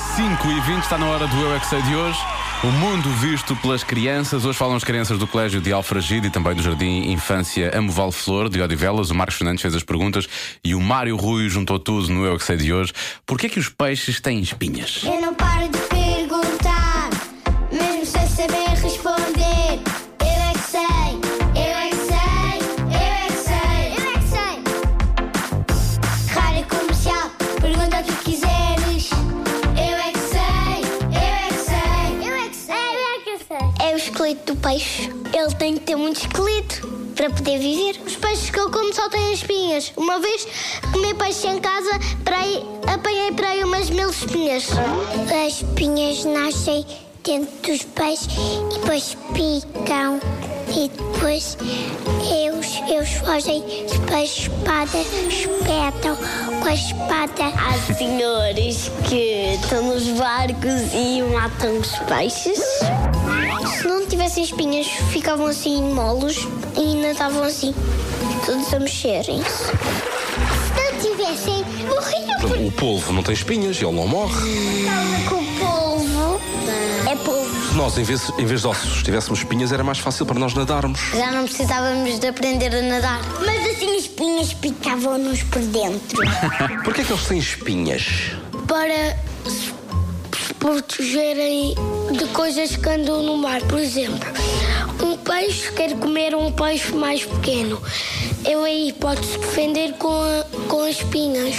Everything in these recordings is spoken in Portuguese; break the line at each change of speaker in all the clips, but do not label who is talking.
5 e 20 está na hora do Eu é que Sei de hoje. O mundo visto pelas crianças. Hoje falam as crianças do Colégio de Alfragide e também do Jardim Infância Amoval Flor, de Odivelas. O Marcos Fernandes fez as perguntas e o Mário Rui juntou tudo no Eu é que Sei de hoje. Porquê é que os peixes têm espinhas?
Eu não paro de perguntar, mesmo sem saber responder. Eu é que sei, eu é que sei, eu é que sei, eu é que sei. Rádio comercial, pergunta o que quiseres. Eu é que sei, eu é que sei, eu é que sei, eu é que sei. É o esqueleto do peixe. Ele tem que ter muito esqueleto. Para poder viver. Os peixes que eu como só têm espinhas. Uma vez comi peixe em casa, para aí, apanhei para aí umas mil espinhas. As espinhas nascem dentro dos peixes e depois picam. E depois eles, eles fogem para a espada, espetam com a espada.
Há senhores que estão nos barcos e matam os peixes.
Se não tivessem espinhas, ficavam assim moles e nadavam assim, todos a mexerem-se. Se não tivessem, morriam por
O polvo não tem espinhas, ele não morre.
causa que o polvo é polvo.
Se nós, em vez, em vez de ossos, tivéssemos espinhas, era mais fácil para nós nadarmos.
Já não precisávamos de aprender a nadar.
Mas assim espinhas picavam-nos por dentro.
Porquê é que eles têm espinhas?
Para se se protegerem de coisas que andam no mar. Por exemplo, um peixe quer comer um peixe mais pequeno. Eu aí pode-se defender com, a- com as espinhas.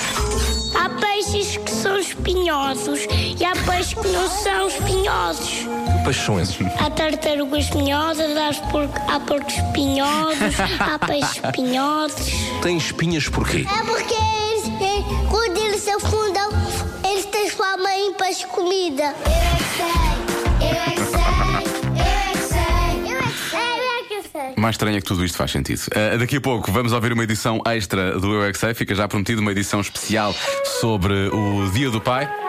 Há peixes que são espinhosos e há peixes que não são espinhosos.
Que peixes são esses?
Há tartarugas espinhosas, há porcos, há porcos espinhosos, há peixes espinhosos.
Têm espinhas porquê?
É porque eles, eh, quando eles se afundam, eles transformam em peixe comida. Eu é que sei, eu é que sei, eu é que sei, eu é que sei.
Mais estranho é que tudo isto faz sentido. Ah, daqui a pouco vamos ouvir uma edição extra do Eu é que Sei. Fica já prometido uma edição especial sobre o Dia do Pai.